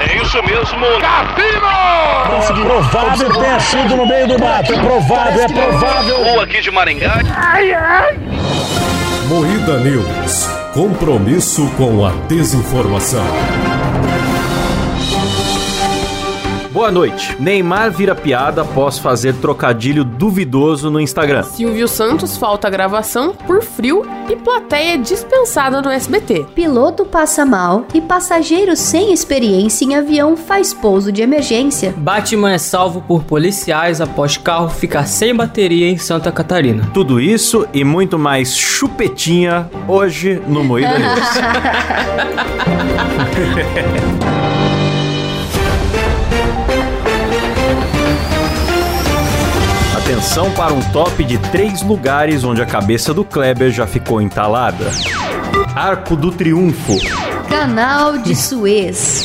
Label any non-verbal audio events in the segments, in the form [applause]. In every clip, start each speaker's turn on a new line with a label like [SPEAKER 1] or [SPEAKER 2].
[SPEAKER 1] É Isso mesmo, Capino!
[SPEAKER 2] Conseguiu. Provável ter sido no meio do mato. É provável, é provável.
[SPEAKER 1] Ou aqui de Maringá.
[SPEAKER 3] Moída News. Compromisso com a desinformação.
[SPEAKER 4] Boa noite. Neymar vira piada após fazer trocadilho duvidoso no Instagram.
[SPEAKER 5] Silvio Santos falta a gravação por frio e plateia dispensada no SBT.
[SPEAKER 6] Piloto passa mal e passageiro sem experiência em avião faz pouso de emergência.
[SPEAKER 7] Batman é salvo por policiais após carro ficar sem bateria em Santa Catarina.
[SPEAKER 4] Tudo isso e muito mais chupetinha hoje no Moída News. [laughs] Atenção para um top de três lugares onde a cabeça do Kleber já ficou entalada. Arco do Triunfo, [laughs]
[SPEAKER 6] Canal de Suez.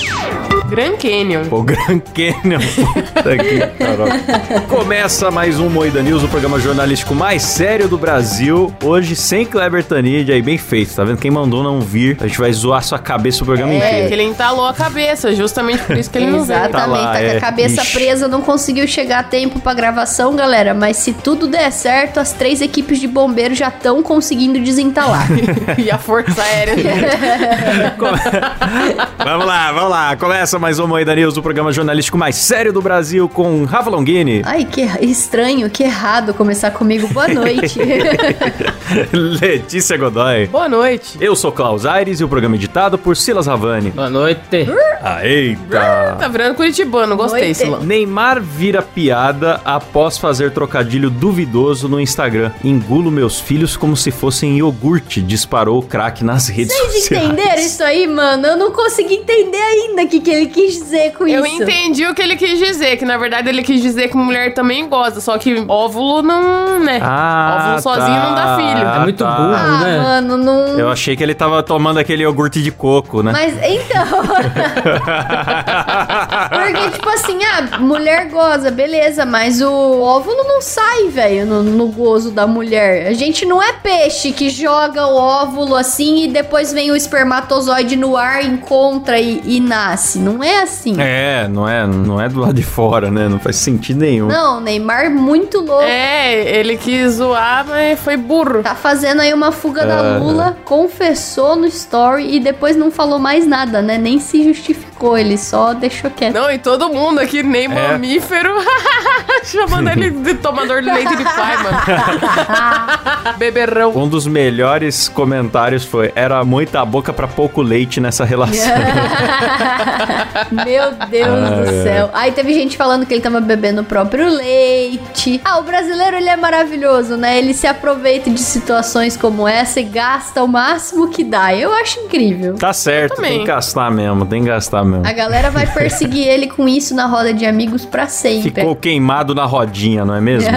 [SPEAKER 5] Grand Canyon.
[SPEAKER 4] o Grand Canyon. Puta que pariu. Começa mais um Moída News, o programa jornalístico mais sério do Brasil. Hoje sem Kleber Tanid, aí bem feito, tá vendo? Quem mandou não vir, a gente vai zoar sua cabeça o programa
[SPEAKER 5] É, que
[SPEAKER 4] inteiro.
[SPEAKER 5] ele entalou a cabeça, justamente por isso que
[SPEAKER 6] [laughs]
[SPEAKER 5] ele não veio.
[SPEAKER 6] Exatamente, tá,
[SPEAKER 4] lá,
[SPEAKER 6] com
[SPEAKER 4] é.
[SPEAKER 6] a cabeça
[SPEAKER 4] Ixi.
[SPEAKER 6] presa, não conseguiu chegar a tempo pra gravação, galera. Mas se tudo der certo, as três equipes de bombeiros já estão
[SPEAKER 4] [laughs]
[SPEAKER 6] conseguindo desentalar.
[SPEAKER 5] E a Força
[SPEAKER 6] [laughs]
[SPEAKER 5] Aérea.
[SPEAKER 4] Vamos lá, vamos lá. Começa mais um Moída News, o programa jornalístico mais sério do Brasil com Rafa Longini. [laughs]
[SPEAKER 6] Ai, que estranho, que errado começar comigo. Boa
[SPEAKER 4] [laughs]
[SPEAKER 6] noite.
[SPEAKER 4] Letícia Godoy.
[SPEAKER 5] Boa noite.
[SPEAKER 4] Eu sou Klaus Aires e o programa é editado por Silas Ravani.
[SPEAKER 7] Boa noite.
[SPEAKER 4] Ah, eita!
[SPEAKER 5] Tá virando curitibano, gostei,
[SPEAKER 6] Noite.
[SPEAKER 5] Silão.
[SPEAKER 4] Neymar vira piada após fazer trocadilho duvidoso no Instagram. Engulo meus filhos como se fossem iogurte, disparou o craque nas redes
[SPEAKER 6] [laughs] Vocês
[SPEAKER 4] sociais.
[SPEAKER 6] entenderam isso aí, mano? Eu não consegui entender ainda o que, que ele quis dizer com
[SPEAKER 5] Eu
[SPEAKER 6] isso.
[SPEAKER 5] entendi o que ele quis dizer, que na verdade ele quis dizer que mulher também gosta, só que óvulo não, né?
[SPEAKER 4] Ah,
[SPEAKER 5] óvulo sozinho não dá
[SPEAKER 4] tá.
[SPEAKER 5] filho.
[SPEAKER 7] É muito
[SPEAKER 4] tá.
[SPEAKER 7] burro,
[SPEAKER 6] Ah,
[SPEAKER 7] né?
[SPEAKER 6] mano, não.
[SPEAKER 4] Eu achei que ele tava tomando aquele iogurte de coco, né? [laughs]
[SPEAKER 6] Mas então. [laughs] Porque, tipo assim, ah, mulher goza, beleza, mas o óvulo não sai, velho, no, no gozo da mulher. A gente não é peixe que joga o óvulo assim e depois vem o espermatozoide no ar, encontra e, e nasce. Não é assim.
[SPEAKER 4] É, não é, não é do lado de fora, né? Não faz sentido nenhum.
[SPEAKER 6] Não, Neymar muito louco.
[SPEAKER 5] É, ele quis zoar, mas foi burro.
[SPEAKER 6] Tá fazendo aí uma fuga da Lula, confessou no story e depois não falou mais nada, né? Nem se justificou, ele só deixou quieto.
[SPEAKER 5] Não, e todo mundo aqui, nem
[SPEAKER 4] É.
[SPEAKER 5] mamífero, [laughs] chamando ele de tomador de leite de pai, mano.
[SPEAKER 6] [laughs]
[SPEAKER 5] Beberrão.
[SPEAKER 4] Um dos melhores comentários foi: era muita boca pra pouco leite nessa relação.
[SPEAKER 6] É. Meu Deus do céu. Aí teve gente falando que ele tava bebendo o próprio leite. Ah, o brasileiro ele é maravilhoso, né? Ele se aproveita de situações como essa e gasta o máximo que dá. Eu acho incrível.
[SPEAKER 4] [laughs] Tá certo,
[SPEAKER 5] Também.
[SPEAKER 4] tem que gastar mesmo, tem que gastar mesmo.
[SPEAKER 6] A galera vai perseguir ele com isso na roda de amigos pra sempre.
[SPEAKER 4] Ficou queimado na rodinha, não é mesmo?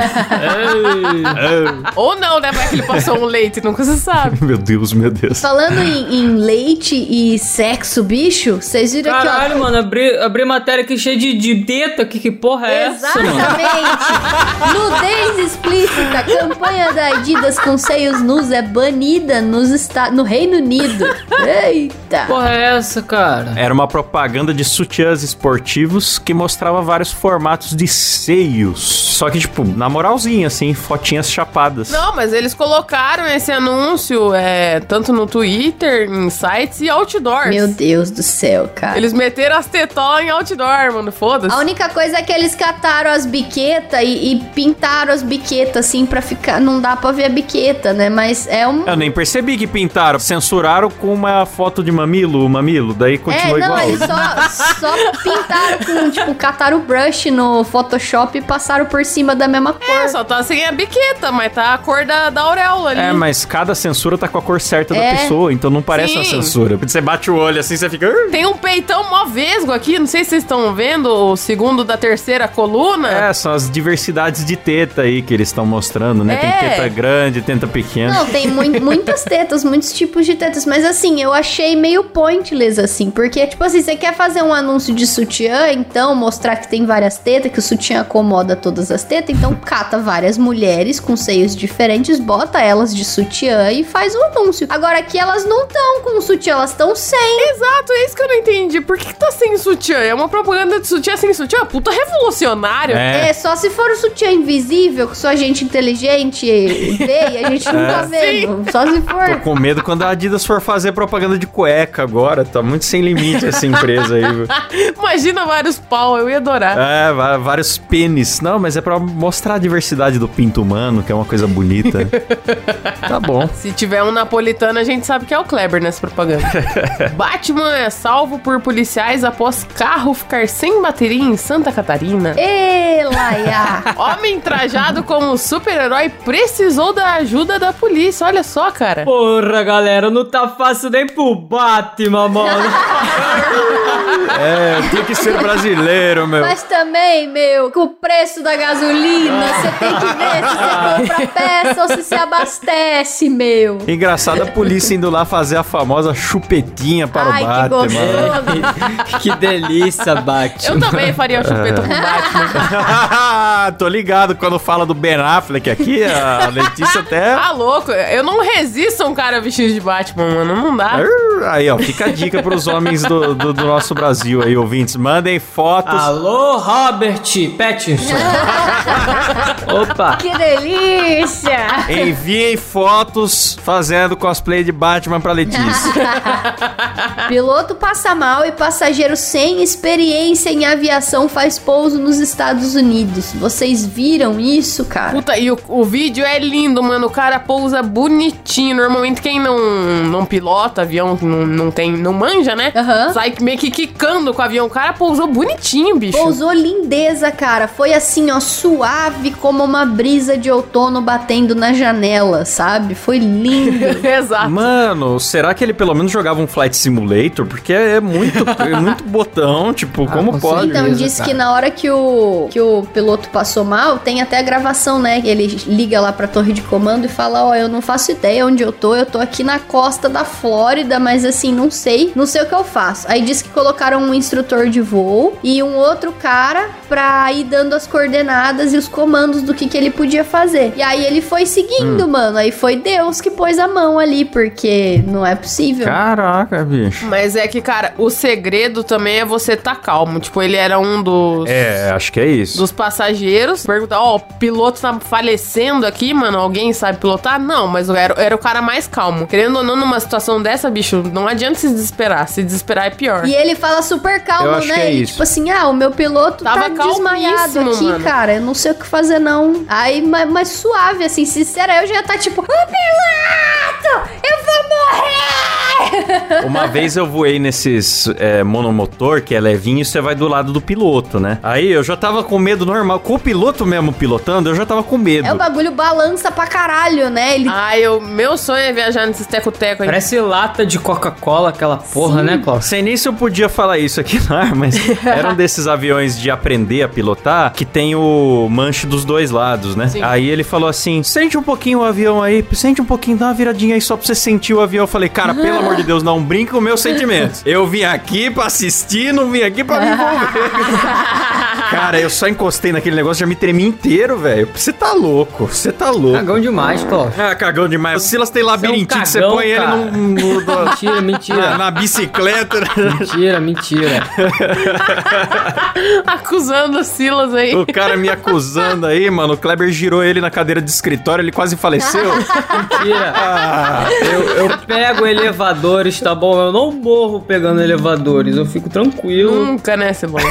[SPEAKER 5] Ou não, né? Vai que ele passou um leite, nunca se
[SPEAKER 4] [laughs]
[SPEAKER 5] sabe.
[SPEAKER 4] meu Deus, meu Deus.
[SPEAKER 6] Falando em, em leite e sexo, bicho, vocês viram aqui, ó.
[SPEAKER 7] Caralho, mano, abri, abri matéria aqui cheia de, de teta. Que, que porra é essa, mano?
[SPEAKER 6] Exatamente! Nudez explícita, campanha da Adidas com seios nus é banida nos esta... no Reino Unido. Eita!
[SPEAKER 7] Porra é essa, cara?
[SPEAKER 4] Era uma propaganda de sutiãs esportivos que mostrava vários formatos de seios. Só que, tipo, na moralzinha, assim, fotinhas chapadas.
[SPEAKER 5] Não, mas eles colocaram esse anúncio é, tanto no Twitter, em sites e outdoors.
[SPEAKER 6] Meu Deus do céu, cara.
[SPEAKER 5] Eles meteram as tetó em outdoor, mano. Foda-se.
[SPEAKER 6] A única coisa é que eles cataram as biquetas e, e pintaram as biquetas, assim, pra ficar. Não dá pra ver a biqueta, né? Mas é um.
[SPEAKER 4] Eu nem percebi que pintaram. Censuraram com uma foto de mamilo, o mamilo. Daí
[SPEAKER 6] É,
[SPEAKER 4] continua
[SPEAKER 6] não,
[SPEAKER 4] igual.
[SPEAKER 6] eles só, só pintaram com, tipo, cataram o brush no Photoshop e passaram por cima da mesma cor.
[SPEAKER 5] É, só tá sem a biqueta, mas tá a cor da, da auréola ali.
[SPEAKER 4] É, mas cada censura tá com a cor certa
[SPEAKER 6] É.
[SPEAKER 4] da pessoa, então não parece uma
[SPEAKER 5] Sim.
[SPEAKER 4] censura. Porque Você bate o olho assim, você fica. "Ah".
[SPEAKER 5] Tem um peitão mó vesgo aqui, não sei se vocês estão vendo o segundo da terceira coluna.
[SPEAKER 4] É, são as diversidades de teta aí que eles estão mostrando, né? Tem
[SPEAKER 5] É.
[SPEAKER 4] teta grande, teta pequena.
[SPEAKER 6] Não, tem mui- muitas tetas, muitos tipos de tetas, mas assim, eu achei meio pointless, assim, porque, tipo assim, você quer fazer um anúncio de sutiã, então mostrar que tem várias tetas, que o sutiã acomoda todas as tetas, então cata várias mulheres com seios diferentes, bota elas de sutiã e faz um anúncio. Agora aqui elas não estão com sutiã, elas estão estão sem.
[SPEAKER 5] Exato, é isso que eu não entendi. Por que, que tá sem sutiã? É uma propaganda de sutiã sem sutiã? Puta revolucionário.
[SPEAKER 6] É. só se for o sutiã invisível, que só a gente inteligente vê e a [laughs] gente não tá vendo. Só se
[SPEAKER 4] Tô
[SPEAKER 6] for.
[SPEAKER 4] com medo quando a Adidas for fazer propaganda de cueca agora. Tá muito sem limite essa empresa aí,
[SPEAKER 6] [laughs]
[SPEAKER 4] viu?
[SPEAKER 5] Imagina vários pau, eu ia adorar.
[SPEAKER 4] É, va- vários pênis. Não, mas é pra mostrar a diversidade do pinto humano, que é uma coisa
[SPEAKER 6] [laughs]
[SPEAKER 4] bonita. tá bom.
[SPEAKER 5] Se tiver um napolitano, a gente sabe que é o Kleber nessa propaganda. Batman é salvo por policiais após carro ficar sem bateria em Santa Catarina.
[SPEAKER 6] Ê, Laia!
[SPEAKER 5] Homem trajado como super-herói precisou da ajuda da polícia. Olha só, cara.
[SPEAKER 7] Porra, galera, não tá fácil nem pro Batman, mano.
[SPEAKER 4] É, tem que ser brasileiro, meu.
[SPEAKER 6] Mas também, meu, com o preço da gasolina, você tem que
[SPEAKER 5] Ah.
[SPEAKER 6] ver se você compra peça ou se se abastece, meu.
[SPEAKER 4] Engraçado a polícia indo lá fazer a famosa chupetinha para
[SPEAKER 6] Ai,
[SPEAKER 4] o
[SPEAKER 6] que
[SPEAKER 4] Batman.
[SPEAKER 5] [laughs]
[SPEAKER 6] gostoso.
[SPEAKER 7] [laughs] que delícia, Batman.
[SPEAKER 5] Eu também faria chupeta com Batman.
[SPEAKER 4] [laughs] Tô ligado quando fala do Ben Affleck aqui, a Letícia
[SPEAKER 6] [laughs]
[SPEAKER 4] até.
[SPEAKER 6] Ah,
[SPEAKER 5] Tá louco, eu não resisto a um cara vestido de Batman, mano. Não dá.
[SPEAKER 4] Arr, Aí, ó, fica a dica pros homens do, do- do nosso Brasil aí, ouvintes. Mandem fotos.
[SPEAKER 7] Alô, Robert Pattinson. Opa.
[SPEAKER 6] Que delícia!
[SPEAKER 4] Enviem fotos fazendo cosplay de Batman pra
[SPEAKER 6] [laughs]
[SPEAKER 4] Letícia.
[SPEAKER 6] Piloto passa mal e passageiro sem experiência em aviação faz pouso nos Estados Unidos. Vocês viram isso, cara?
[SPEAKER 5] Puta, e o, o vídeo é lindo, mano. O cara pousa bonitinho. Normalmente quem não, não pilota avião, não, não tem, não manja, né?
[SPEAKER 6] Aham.
[SPEAKER 5] Sai meio que quicando com o avião. O cara pousou bonitinho, bicho.
[SPEAKER 6] Pousou lindeza, cara. Foi assim, ó, suave como uma brisa de outono batendo na janela, sabe? Foi lindo.
[SPEAKER 5] [laughs] Exato.
[SPEAKER 4] Mano, será que ele pelo menos jogava um Flight Simulator? Porque é muito, é muito botão, tipo, como
[SPEAKER 7] com
[SPEAKER 4] pode?
[SPEAKER 7] certeza.
[SPEAKER 6] Então,
[SPEAKER 7] Beleza,
[SPEAKER 6] disse
[SPEAKER 7] cara.
[SPEAKER 6] que na hora que o, que o piloto passou mal, tem até a gravação, né? Que Ele liga lá pra torre de comando e fala: Ó, eu não faço ideia onde eu tô, eu tô aqui na costa da Flórida, mas assim, não sei, não sei o que eu faço. Aí diz que colocaram um instrutor de voo e um outro cara pra ir dando as coordenadas e os comandos do que, que ele podia fazer. E aí ele foi seguindo, mano. Aí foi Deus que pôs a mão ali, porque não é possível.
[SPEAKER 4] Caraca, bicho.
[SPEAKER 5] Mas é que, cara, o segredo também é você tá calmo. Tipo, ele era um dos.
[SPEAKER 4] É, acho que é isso.
[SPEAKER 5] Dos passageiros, perguntar, ó, o piloto tá falecendo aqui, mano, alguém sabe pilotar? Não, mas eu era, era o cara mais calmo. Querendo ou não, numa situação dessa, bicho, não adianta se desesperar. Se desesperar é pior.
[SPEAKER 6] E ele fala super
[SPEAKER 4] Eu
[SPEAKER 6] calmo,
[SPEAKER 4] acho
[SPEAKER 6] né?
[SPEAKER 4] que é
[SPEAKER 6] Ele,
[SPEAKER 4] isso.
[SPEAKER 6] tipo assim, ah, o meu piloto
[SPEAKER 5] Tava
[SPEAKER 6] tá desmaiado
[SPEAKER 5] calmíssimo,
[SPEAKER 6] aqui,
[SPEAKER 5] mano.
[SPEAKER 6] cara. Eu não sei o que fazer, não. Aí, mas, mas suave, assim, sincera, eu já ia tá tipo, ô piloto! Eu vou morrer! [laughs]
[SPEAKER 4] Uma vez eu voei nesses é, monomotor, que é levinho, e você vai do lado do piloto, né? Aí eu já tava com medo normal. Com o piloto mesmo pilotando, eu já tava com medo.
[SPEAKER 6] É o bagulho balança pra caralho, né? Ele.
[SPEAKER 5] Ai, eu, meu sonho é viajar nesses teco-teco aí.
[SPEAKER 7] Parece lata de Coca-Cola, aquela porra, né, Klaus?
[SPEAKER 4] Sei nem se eu podia falar isso aqui no ar, mas era um desses aviões de aprender a pilotar que tem o manche dos dois lados, né? Aí ele falou assim: sente um pouquinho o avião aí, sente um pouquinho, dá uma viradinha aí só pra você sentir o avião. Eu falei, cara, pelo amor de Deus, não brinca com o meu sentimento. Eu vim aqui pra assistir, não vim aqui pra me envolver. cara, eu só encostei naquele negócio, já me tremi inteiro, velho. Você tá louco, você tá louco.
[SPEAKER 7] Cagão demais, Klaus.
[SPEAKER 4] Ah, cagão demais. O Silas tem labirintite, você
[SPEAKER 7] cagão,
[SPEAKER 4] põe
[SPEAKER 7] cara.
[SPEAKER 4] ele num- num- num-
[SPEAKER 7] Mentira, [laughs]
[SPEAKER 4] na,
[SPEAKER 6] [laughs]
[SPEAKER 7] mentira.
[SPEAKER 4] na bicicleta.
[SPEAKER 7] Mentira, mentira.
[SPEAKER 5] [laughs] Acusando o Silas aí.
[SPEAKER 4] O cara me acusando aí, mano. O Kleber girou ele na cadeira de escritório, ele quase faleceu.
[SPEAKER 7] Mentira.
[SPEAKER 4] Ah,
[SPEAKER 7] Eu, eu pego elevadores, tá bom? Eu não morro pegando elevadores. Eu fico tranquilo.
[SPEAKER 5] Nunca, né,
[SPEAKER 4] [laughs]
[SPEAKER 5] Cebola?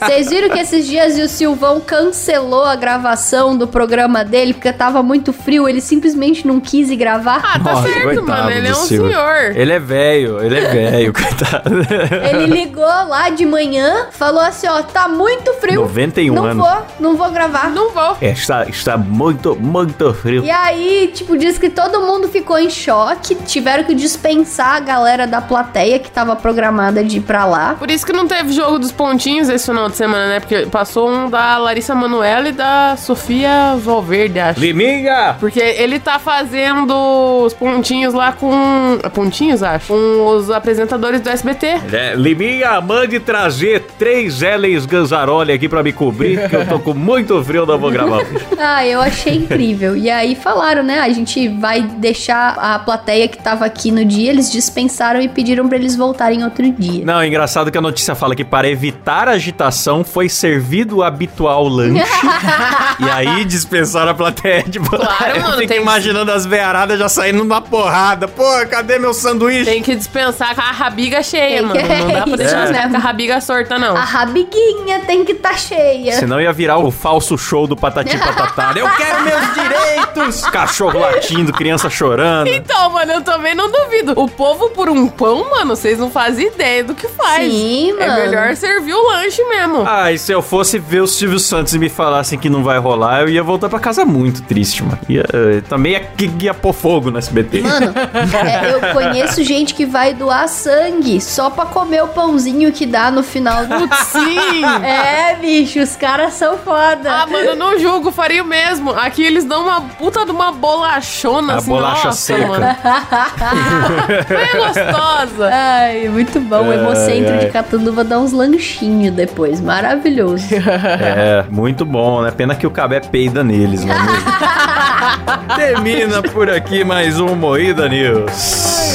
[SPEAKER 6] Vocês viram que esses dias o Silvão cancelou a gravação do programa dele porque tava muito frio, ele simplesmente não quis ir gravar.
[SPEAKER 5] Ah, tá
[SPEAKER 4] Nossa,
[SPEAKER 5] certo,
[SPEAKER 4] coitado
[SPEAKER 5] mano. Ele é
[SPEAKER 4] do
[SPEAKER 5] um
[SPEAKER 4] Silas.
[SPEAKER 5] senhor.
[SPEAKER 4] ele é velho, ele é velho, [laughs] coitado.
[SPEAKER 6] Ele ligou lá de manhã, falou assim: ó, tá muito frio.
[SPEAKER 4] 91
[SPEAKER 6] não
[SPEAKER 4] anos.
[SPEAKER 6] vou, não vou gravar.
[SPEAKER 5] Não vou.
[SPEAKER 4] É, está, está muito, muito frio.
[SPEAKER 6] E aí, tipo, diz que todo mundo ficou em choque, tiveram que dispensar a galera da plateia que tava programada de ir pra lá.
[SPEAKER 5] Por isso que não teve jogo dos pontinhos esse final de semana, né? Porque passou um da Larissa Manoela e da Sofia Valverde, acho.
[SPEAKER 4] Liminha!
[SPEAKER 5] Porque ele tá fazendo os pontinhos lá com. Pontinhos, acho? Com os apresentadores do SBT.
[SPEAKER 4] É, Liminha, mande trazer três L's Ganzaroli aqui pra me cobrir, que eu tô com muito frio, não vou gravar. hoje.
[SPEAKER 6] Ah, eu achei incrível. E aí falaram, né? A gente vai deixar a plateia que tava aqui no dia, eles dispensaram e pediram pra eles voltarem outro dia.
[SPEAKER 4] Não, é engraçado que a notícia fala que para evitar agitação foi servido o habitual lanche.
[SPEAKER 5] [laughs]
[SPEAKER 4] e aí dispensaram a plateia de
[SPEAKER 5] Claro, mano,
[SPEAKER 4] Fica
[SPEAKER 5] tem-
[SPEAKER 4] imaginando as veiaradas já saindo numa porrada. Pô, cadê meu sanduíche?
[SPEAKER 5] Tem que dispensar com a rabiga cheia,
[SPEAKER 6] Tem que-
[SPEAKER 5] é, mano. Não
[SPEAKER 4] [laughs]
[SPEAKER 5] dá pra
[SPEAKER 4] É.
[SPEAKER 6] Isso
[SPEAKER 5] deixar
[SPEAKER 6] [laughs] mesmo.
[SPEAKER 5] com a rabiga sorta, não.
[SPEAKER 6] É, A rabiguinha tem que tá cheia.
[SPEAKER 4] Senão ia virar o falso show do Patati Patatá. Eu quero meus direitos! Cachorro latindo, criança chorando.
[SPEAKER 5] [laughs] Então, mano, eu também não duvido. O povo por um pão, mano, vocês não fazem ideia do que faz.
[SPEAKER 6] Sim,
[SPEAKER 5] É
[SPEAKER 6] mano.
[SPEAKER 5] melhor servir o lanche mesmo.
[SPEAKER 4] Ah, e se eu fosse ver o Silvio Santos e me falassem que não vai rolar, eu ia voltar pra casa muito triste, mano. Ia, eh, também ia, que- ia pôr fogo no SBT.
[SPEAKER 6] Mano, é, eu conheço gente que vai doar sangue só pra comer o pãozinho que dá no final do.
[SPEAKER 5] [laughs] Sim!
[SPEAKER 6] é, bicho, os caras são foda.
[SPEAKER 5] Ah, mano, eu não julgo, faria o mesmo. Aqui eles dão uma puta de uma bolachona
[SPEAKER 4] A
[SPEAKER 5] assim,
[SPEAKER 4] bolacha
[SPEAKER 5] nossa,
[SPEAKER 4] seca.
[SPEAKER 5] mano. Bem gostosa.
[SPEAKER 6] Ai, muito bom. O Hemocentro de Catanduva dá uns lanchinhos depois. Maravilhoso.
[SPEAKER 4] É, muito bom, né? Pena que o Cabé peida neles, é meu amigo. Termina por aqui mais um Moída News.